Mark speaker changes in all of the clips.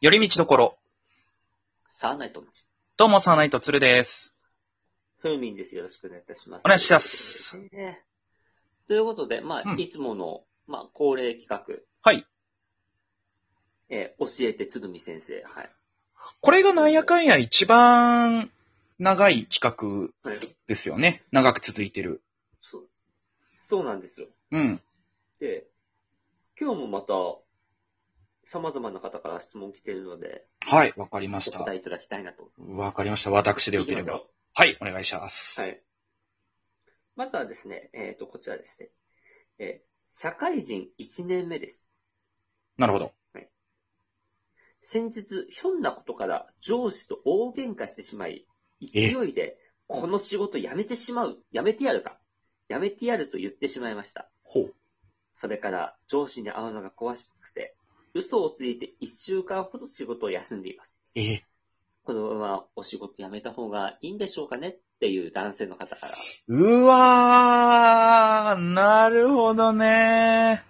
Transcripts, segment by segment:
Speaker 1: 寄り道どころ。
Speaker 2: サーナイトです。
Speaker 1: どうも、サーナイトツルです。
Speaker 2: ふーみんです。よろしくお願いいたします。
Speaker 1: お願いします
Speaker 2: ね。ということで、まあ、
Speaker 1: うん
Speaker 2: いつもの、まあ、恒例企画、
Speaker 1: はい。
Speaker 2: えー教えてつぐみ先生。はい。
Speaker 1: これがなんやかんや一番長い企画
Speaker 2: はい。
Speaker 1: ですよね。長く続いてる。
Speaker 2: そう。そうなんですよ。
Speaker 1: うん。
Speaker 2: で、今日もまた、様々な方から質問来てるので、
Speaker 1: はい、わかりまし
Speaker 2: お
Speaker 1: た
Speaker 2: 答。えいただきたいなと。
Speaker 1: わかりました。私でよけれ
Speaker 2: いきまし
Speaker 1: ば
Speaker 2: ょ。
Speaker 1: はい、お願いします。
Speaker 2: うはい。まずはですね、えっ、と、こちらですね。えー社会人1年目です。
Speaker 1: なるほど。
Speaker 2: 先日、ひょんなことから上司と大喧嘩してしまい、勢いで、この仕事辞めてしまう、辞めてやるか、辞めてやると言ってしまいました。
Speaker 1: ほう。
Speaker 2: それから上司に会うのが怖くて、嘘をついて1週間ほど仕事を休んでいます。
Speaker 1: ええ。
Speaker 2: このままお仕事辞めた方がいいんでしょうかねっていう男性の方から。
Speaker 1: うわー、なるほどね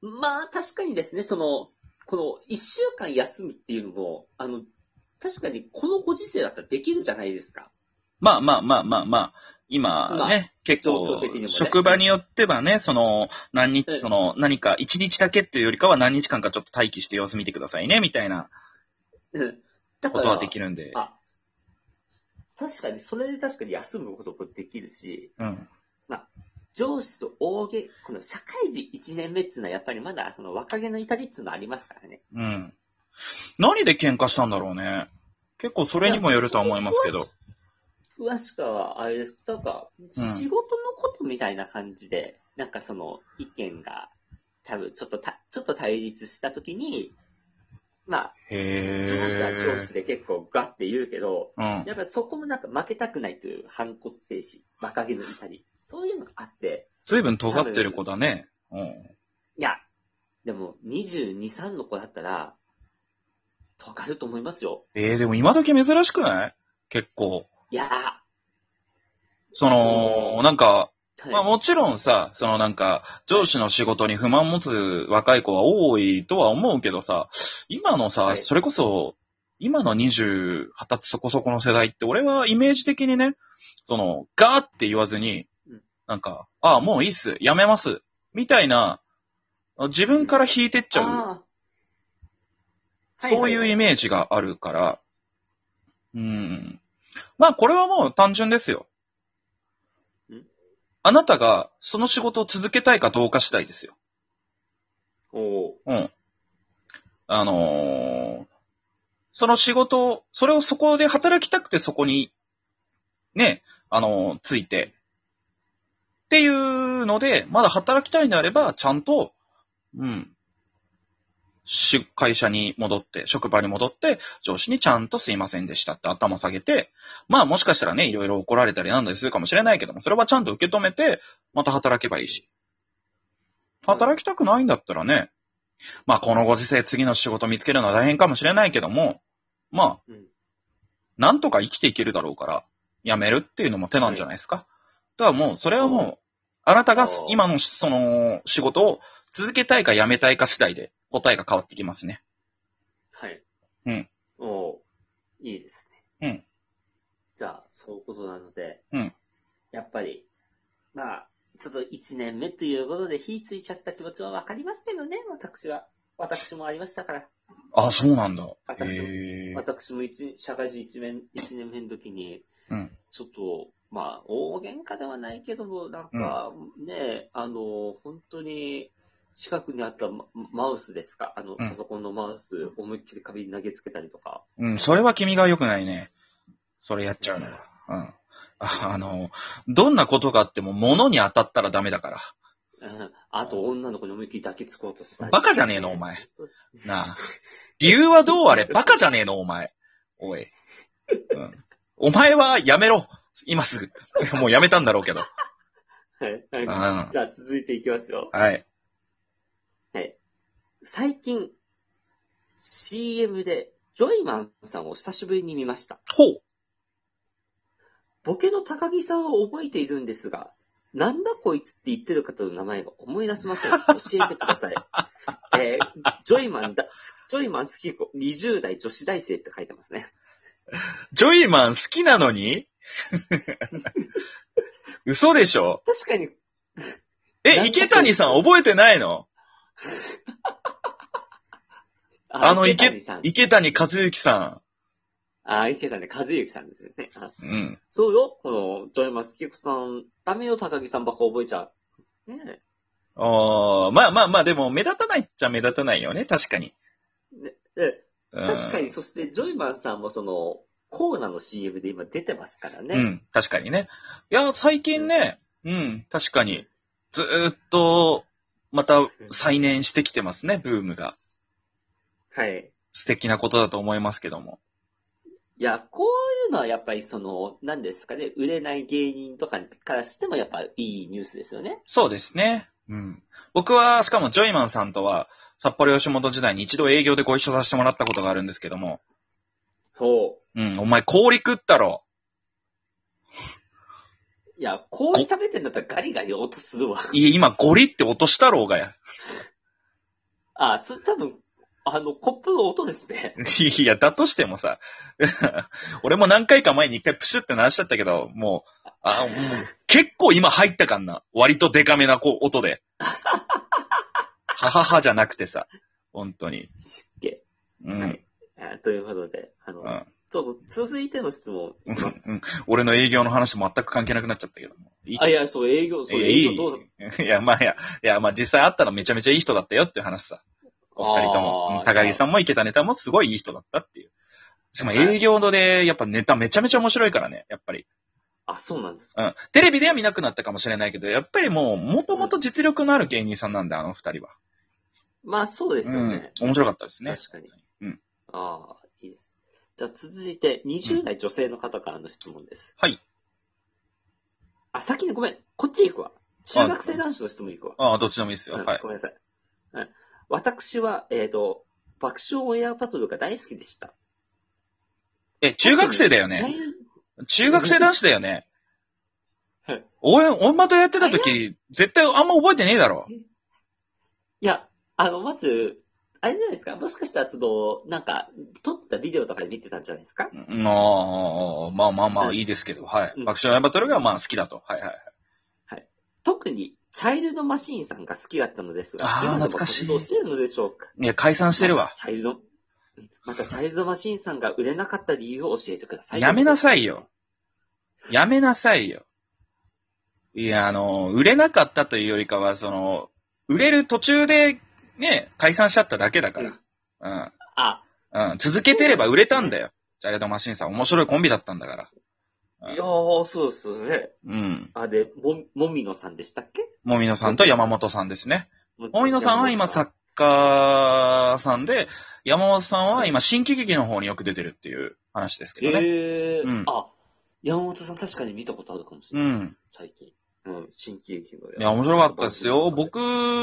Speaker 2: まあ確かにですね、その、この1週間休むっていうのも、あの、確かにこのご時世だったらできるじゃないですか。
Speaker 1: まあまあまあまあまあ、
Speaker 2: ま
Speaker 1: 今
Speaker 2: あ
Speaker 1: ね、結
Speaker 2: 状況
Speaker 1: 構
Speaker 2: 的にも、ね
Speaker 1: 職場によってはね、その、何
Speaker 2: う
Speaker 1: 日、
Speaker 2: ん
Speaker 1: その、何か、一日だけっていうよりかは何日間かちょっと待機して様子見てくださいね、みたいな
Speaker 2: うんだか
Speaker 1: こ
Speaker 2: ら、
Speaker 1: とはできるんで。
Speaker 2: あ、確かに、それで確かに休むこともできるし、
Speaker 1: うん。
Speaker 2: 上司と大げ、この社会人1年目っていうのはやっぱりまだその若気の至りっていうのはありますからね。
Speaker 1: うん。何で喧嘩したんだろうね。結構それにもよるとは思いますけど。
Speaker 2: 詳しくはあれです。なんか、仕事のことみたいな感じで、なんかその意見が、多分ちょっとた、ちょっと対立したときに、まあ、上司は上
Speaker 1: へ
Speaker 2: 司で結構ガッて言うけど、
Speaker 1: ぇー。うん。
Speaker 2: やっぱりそこもなんか負けたくないという反骨精神、若気の至り、そういうのがあって、
Speaker 1: 随分尖ってる子だね。うん。
Speaker 2: いや、でも、22、3の子だったら、尖ると思いますよ。
Speaker 1: えー、でも今だけ珍しくない結構。
Speaker 2: いやー、
Speaker 1: その、なんか、
Speaker 2: はい
Speaker 1: まあもちろんさ、そのなんか、上司の仕事に不満持つ若い子は多いとは思うけどさ、今のさ、
Speaker 2: はい
Speaker 1: それこそ、今の20、20歳そこそこの世代って、俺はイメージ的にね、その、ガーって言わずに
Speaker 2: うん、
Speaker 1: なんか、ああ、もういいっす、やめます、みたいな、自分から引いてっちゃう、
Speaker 2: あー
Speaker 1: そういうイメージがあるから、うん。まあこれはもう単純ですよ
Speaker 2: ん。
Speaker 1: あなたがその仕事を続けたいかどうか次第ですよ。
Speaker 2: おー
Speaker 1: うん。あのーその仕事を、それをそこで働きたくてそこに、ね、あのーついて。っていうので、まだ働きたいんであれば、ちゃんと、うん。し会社に戻って、職場に戻って、上司にちゃんとすいませんでしたって頭下げて、まあもしかしたらね、いろいろ怒られたりなんだりするかもしれないけども、それはちゃんと受け止めて、また働けばいいし。働きたくないんだったらね、まあこのご時世次の仕事見つけるのは大変かもしれないけども、まあ、
Speaker 2: うん
Speaker 1: なんとか生きていけるだろうから、やめるっていうのも手なんじゃないですか。だからもう、それはもう、あなたが
Speaker 2: そう
Speaker 1: 今のその仕事を続けたいか辞めたいか次第で答えが変わってきますね。
Speaker 2: はい。
Speaker 1: うん。
Speaker 2: おーいいですね。
Speaker 1: うん。
Speaker 2: じゃあ、そういうことなので、
Speaker 1: うん
Speaker 2: やっぱり、まあ、ちょっと1年目ということで火ついちゃった気持ちはわかりますけどね、私は。私もありましたから。
Speaker 1: あ、そうなんだ。
Speaker 2: 私
Speaker 1: へー
Speaker 2: 私も一社会人1年 ,1 年目の時に、
Speaker 1: うん
Speaker 2: ちょっと、まあ、大喧嘩ではないけども、なんか、ね、あの、本当に、近くにあったママウスですか、あの、
Speaker 1: ん
Speaker 2: パソコンのマウス、思いっきり壁に投げつけたりとか。
Speaker 1: うん、それは君が良くないね。それやっちゃうのは。うん。ああの、どんなことがあっても物に当たったらダメだから。
Speaker 2: うんあと、女の子に思いっきり抱きつこうとしたり
Speaker 1: バカじゃねえのお前。なあ。理由はどうあれ、バカじゃねえの、お前。おい。うん、お前はやめろ。今すぐ。もうやめたんだろうけど。
Speaker 2: はい。
Speaker 1: うん。
Speaker 2: はい
Speaker 1: は
Speaker 2: じゃあ、続いていきますよ。
Speaker 1: い。
Speaker 2: はい。最近、CM で、ジョイマンさんを久しぶりに見ました。
Speaker 1: ほう。
Speaker 2: ボケの高木さんは覚えているんですが、なんだこいつって言ってる方の名前が思い出せません。教えて ください。えージョイマンだ、ジョイマン好き子、20代女子大生って書いてますね。
Speaker 1: ジョイマン好きなのに 嘘でしょ
Speaker 2: 確かに、なん
Speaker 1: え、
Speaker 2: か
Speaker 1: 池谷さん覚えてないのあの
Speaker 2: 池谷さん。
Speaker 1: 池谷和幸さ
Speaker 2: あ、池谷ね、和幸さんですよね。あ
Speaker 1: ん。うん。
Speaker 2: そうよ、この、ジョイマン好き子さん、ダメよ、高木さんばっか覚えちゃう。ねえ。
Speaker 1: あーまあまあまあ、でも目立たないっちゃ目立たないよね、確かに。
Speaker 2: で
Speaker 1: うん
Speaker 2: 確かに、。そして、ジョイマンさんもその、コーラの CM で今出てますからね。
Speaker 1: うん、確かにね。いや、最近ね、うん、確かに、ずーっと、また再燃してきてますね、ブームが。
Speaker 2: はい。
Speaker 1: 素敵なことだと思いますけども。
Speaker 2: いや、こういうのはやっぱりその、何ですかね、売れない芸人とかからしてもやっぱいいニュースですよね。
Speaker 1: そうですね。うん。僕は、しかもジョイマンさんとは、札幌吉本時代に一度営業でご一緒させてもらったことがあるんですけども、
Speaker 2: ほ
Speaker 1: うん、お前氷食ったろ。
Speaker 2: う。いや、氷食べてんだったらガリガリ音するわ。
Speaker 1: いえ、今ゴリって落としたろうがや。
Speaker 2: あ、それ多分、あの、コップの音ですね。
Speaker 1: いや、だとしてもさ、 俺も何回か前に一回プシュって鳴らしちゃったけど、もう、あもう結構今入ったかんな。割とデカめなこう音 で。はははじゃなくてさ、本当に。
Speaker 2: 湿気。
Speaker 1: う
Speaker 2: は
Speaker 1: ん
Speaker 2: い。あということで、あの、
Speaker 1: うん
Speaker 2: ちょっと続いての質問いきます。
Speaker 1: うん俺の営業の話全く関係なくなっちゃったけども。いい
Speaker 2: あ、いや、そう、営業、そう、
Speaker 1: い
Speaker 2: 営
Speaker 1: や
Speaker 2: 業どうだ
Speaker 1: いいいや、まあいや、いや、まあ実際会ったらめちゃめちゃいい人だったよっていう話さ。お二人とも。うん高木さ
Speaker 2: ん。
Speaker 1: んも池田ネタもすごいいい人だったっていう。しかも営業ので、やっぱネタめちゃめちゃ面白いからね、やっぱり。
Speaker 2: あ、そうなんですか。
Speaker 1: うん。テレビでは見なくなったかもしれないけど、やっぱりもう、もともと実力のある芸人さんなんだ、あの二人は。
Speaker 2: まあ、そうですよね。
Speaker 1: うん。面白かったですね。
Speaker 2: 確かに。
Speaker 1: うん。
Speaker 2: ああ、いいです。じゃあ続いて、20代女性の方からの質問です。
Speaker 1: はい。
Speaker 2: あ、先にごめん。こっち行くわ。中学生男子の質問行くわ。
Speaker 1: ああ、どっちでもいいですよ。
Speaker 2: うん
Speaker 1: はい。
Speaker 2: ごめんなさい。うん私は、えっ、と、爆笑オンエアバトルが大好きでした。
Speaker 1: え、中学生だよね。中学生男子だよね
Speaker 2: はい。
Speaker 1: 応援、オンバトやってた時、絶対あんま覚えてねえだろ。
Speaker 2: いや、あの、まず、あれじゃないですか。もしかしたら、その、なんか、撮ってたビデオとかで見てたんじゃないですか。
Speaker 1: うんああ、まあまあまあ、いいですけど、はい。
Speaker 2: うん
Speaker 1: 爆笑オンバトルがまあ好きだと。はいはいはい。
Speaker 2: 特に、チャイルドマシーンさんが好きだったのですが
Speaker 1: あ、ー
Speaker 2: 今でも
Speaker 1: 懐かしい
Speaker 2: 活動しているのでしょうか。
Speaker 1: いや、解散してるわ。
Speaker 2: チャイルド、またチャイルドマシーンさんが売れなかった理由を教えてください。
Speaker 1: やめなさいよ。やめなさいよ。いや、あの、売れなかったというよりかは、その、売れる途中で、ね、解散しちゃっただけだから。
Speaker 2: あ、
Speaker 1: うん。うん。続けてれば売れたんだよ。ジャイルドマシンさん、面白いコンビだったんだかうん
Speaker 2: いやー、そうですね。
Speaker 1: ら。うん。
Speaker 2: あ、で、も、もみのさんでしたっけ
Speaker 1: もみのさんと山本さんですね。もみのさんは今
Speaker 2: さ
Speaker 1: 作家さんで、山本さんは今新喜劇の方によく出てるっていう話ですけどね。
Speaker 2: ええ
Speaker 1: うん
Speaker 2: あ、山本さん確かに見たことあるかもしれ
Speaker 1: う
Speaker 2: ない。
Speaker 1: ん。
Speaker 2: 最近。うん、新喜劇のやつ
Speaker 1: いや、面白かったですよ。。僕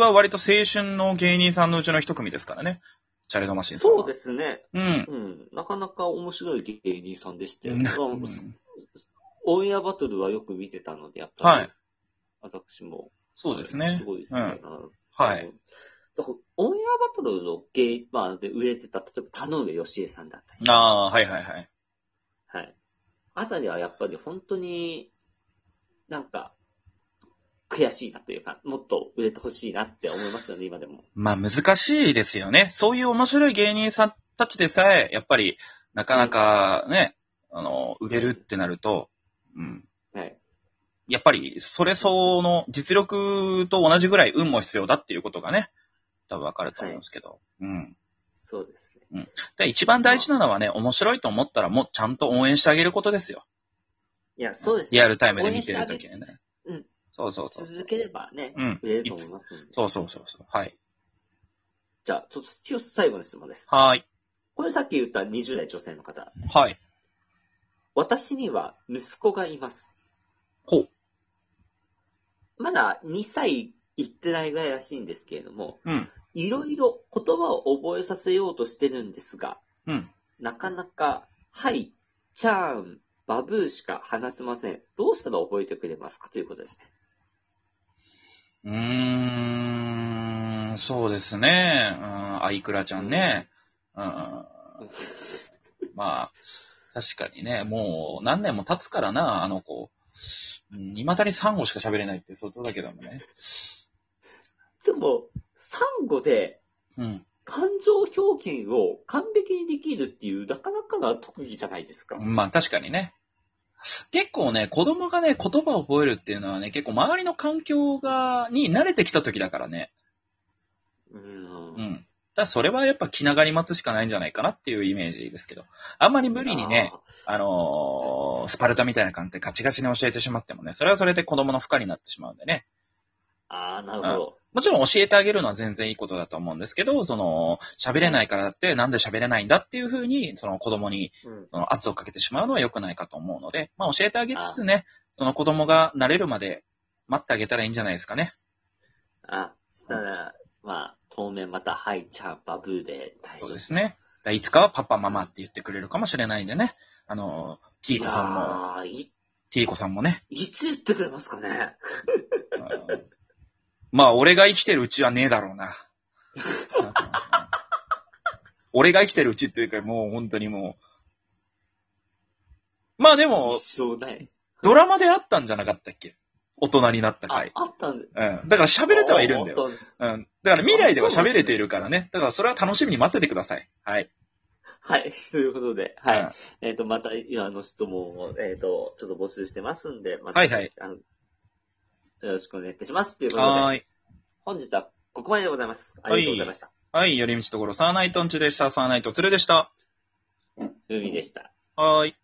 Speaker 1: は割と青春の芸人さんのうちの一組ですからね。チャレドマシンさんは。
Speaker 2: そうですね。
Speaker 1: うん。
Speaker 2: うん。なかなか面白い芸人さんでしたよ。
Speaker 1: うん
Speaker 2: うんオンエアバトルはよく見てたので、やっぱり。
Speaker 1: はい
Speaker 2: 私も。
Speaker 1: そうですね
Speaker 2: す。ごいですね。
Speaker 1: はい。。
Speaker 2: だから、オンエアバトルの芸、まあ、で売れてた、例えば田上義恵さんだったり、
Speaker 1: ああ、はいはいはい。
Speaker 2: はい。あたりはやっぱり本当に、なんか、悔しいなというか、もっと売れてほしいなって思いますよね、今でも。
Speaker 1: まあ難しいですよね。そういう面白い芸人さんたちでさえ、やっぱり、なかなかね、あの、売れるってなると、うん。
Speaker 2: はい。
Speaker 1: やっぱり、それ相応の実力と同じぐらい運も必要だっていうことがね、多分わかると思うんですけど。うん。
Speaker 2: そうですね。
Speaker 1: で、一番大事なのはね、面白いと思ったらもうちゃんと応援してあげることですよ。
Speaker 2: いや、そうですね。
Speaker 1: リアルタイムで見てるときに
Speaker 2: 応援
Speaker 1: ね
Speaker 2: してあげ。うん。
Speaker 1: そうそうそう。
Speaker 2: 続ければね、
Speaker 1: うん。
Speaker 2: 売れると思いますんで。
Speaker 1: そうそうそうそう。はい。
Speaker 2: じゃあ、ちょっと最後の質問です。
Speaker 1: はーい。
Speaker 2: これさっき言った20代女性の方。
Speaker 1: はい。
Speaker 2: 私には息子がいます。
Speaker 1: ほう。
Speaker 2: まだ2歳行ってないぐらいらしいんですけれども、
Speaker 1: うん。
Speaker 2: いろいろ言葉を覚えさせようとしてるんですが、
Speaker 1: うん。
Speaker 2: なかなか、はい、チャーン、バブーしか話せません。どうしたら覚えてくれますかということです
Speaker 1: う
Speaker 2: ね。
Speaker 1: ーん、そうですね。うん、あいくらちゃんね。うん。まあ、確かにね、もう何年も経つからな、あの子。うん、未だにサンゴしか喋れないって相当だけどもね。
Speaker 2: でも、サンゴで
Speaker 1: うん。
Speaker 2: 感情表現を完璧にできるっていう、なかなかな特技じゃないですか。
Speaker 1: まあ確かにね。結構ね、子供がね、言葉を覚えるっていうのはね、結構周りの環境が、に慣れてきた時だからね。
Speaker 2: う。
Speaker 1: うんん。だからそれはやっぱ気長に待つしかないんじゃないかなっていうイメージですけど。あんまり無理にね、あのースパルタみたいな感じでガチガチに教えてしまってもね、それはそれで子供の負荷になってしまうんでね。
Speaker 2: あー。あーなるほど。
Speaker 1: もちろん教えてあげるのは全然いいことだと思うんですけど、その、喋れないからってなんで喋れないんだっていうふうに、その子供に
Speaker 2: うん。
Speaker 1: その圧をかけてしまうのは良くないかと思うので、まあ教えてあげつつね、その子供が慣れるまで待ってあげたらいいんじゃないですかね。
Speaker 2: あ、そしたら、まあ、当面また、はい、ちゃん、バブーで大
Speaker 1: そ
Speaker 2: 丈
Speaker 1: う
Speaker 2: 夫
Speaker 1: で。すね。だからいつかはパパママって言ってくれるかもしれないんでね。あの、ティーコさんも、
Speaker 2: いやーい、
Speaker 1: ティーコさんもね。
Speaker 2: いつ言ってくれますかね。
Speaker 1: あのまあ、俺が生きてるうちはねえだろうな。 俺が生きてるうちっていうか、もう本当にもう。まあでも、
Speaker 2: 一生ない。
Speaker 1: ドラマであったんじゃなかったっけ大人になった
Speaker 2: あ
Speaker 1: 回、。
Speaker 2: あったんで。
Speaker 1: うん。だから喋れてはいるんだよ。
Speaker 2: あ。あった
Speaker 1: うん。だから未来では喋れているからね。だからそれは楽しみに待っててください。はい。
Speaker 2: はい、 ということで、はい。
Speaker 1: うん
Speaker 2: えっ、と、また、いやあの質問を、えっ、と、ちょっと募集してますんで、また、
Speaker 1: はいはい。
Speaker 2: あの、よろしくお願いいたします。ということ
Speaker 1: は
Speaker 2: で、
Speaker 1: ーい。
Speaker 2: 本日はここまででございます。ありがとうございました。
Speaker 1: はい。寄り道ところ、サーナイトンチでした。サーナイトツルでした。
Speaker 2: 海でした。
Speaker 1: はーい。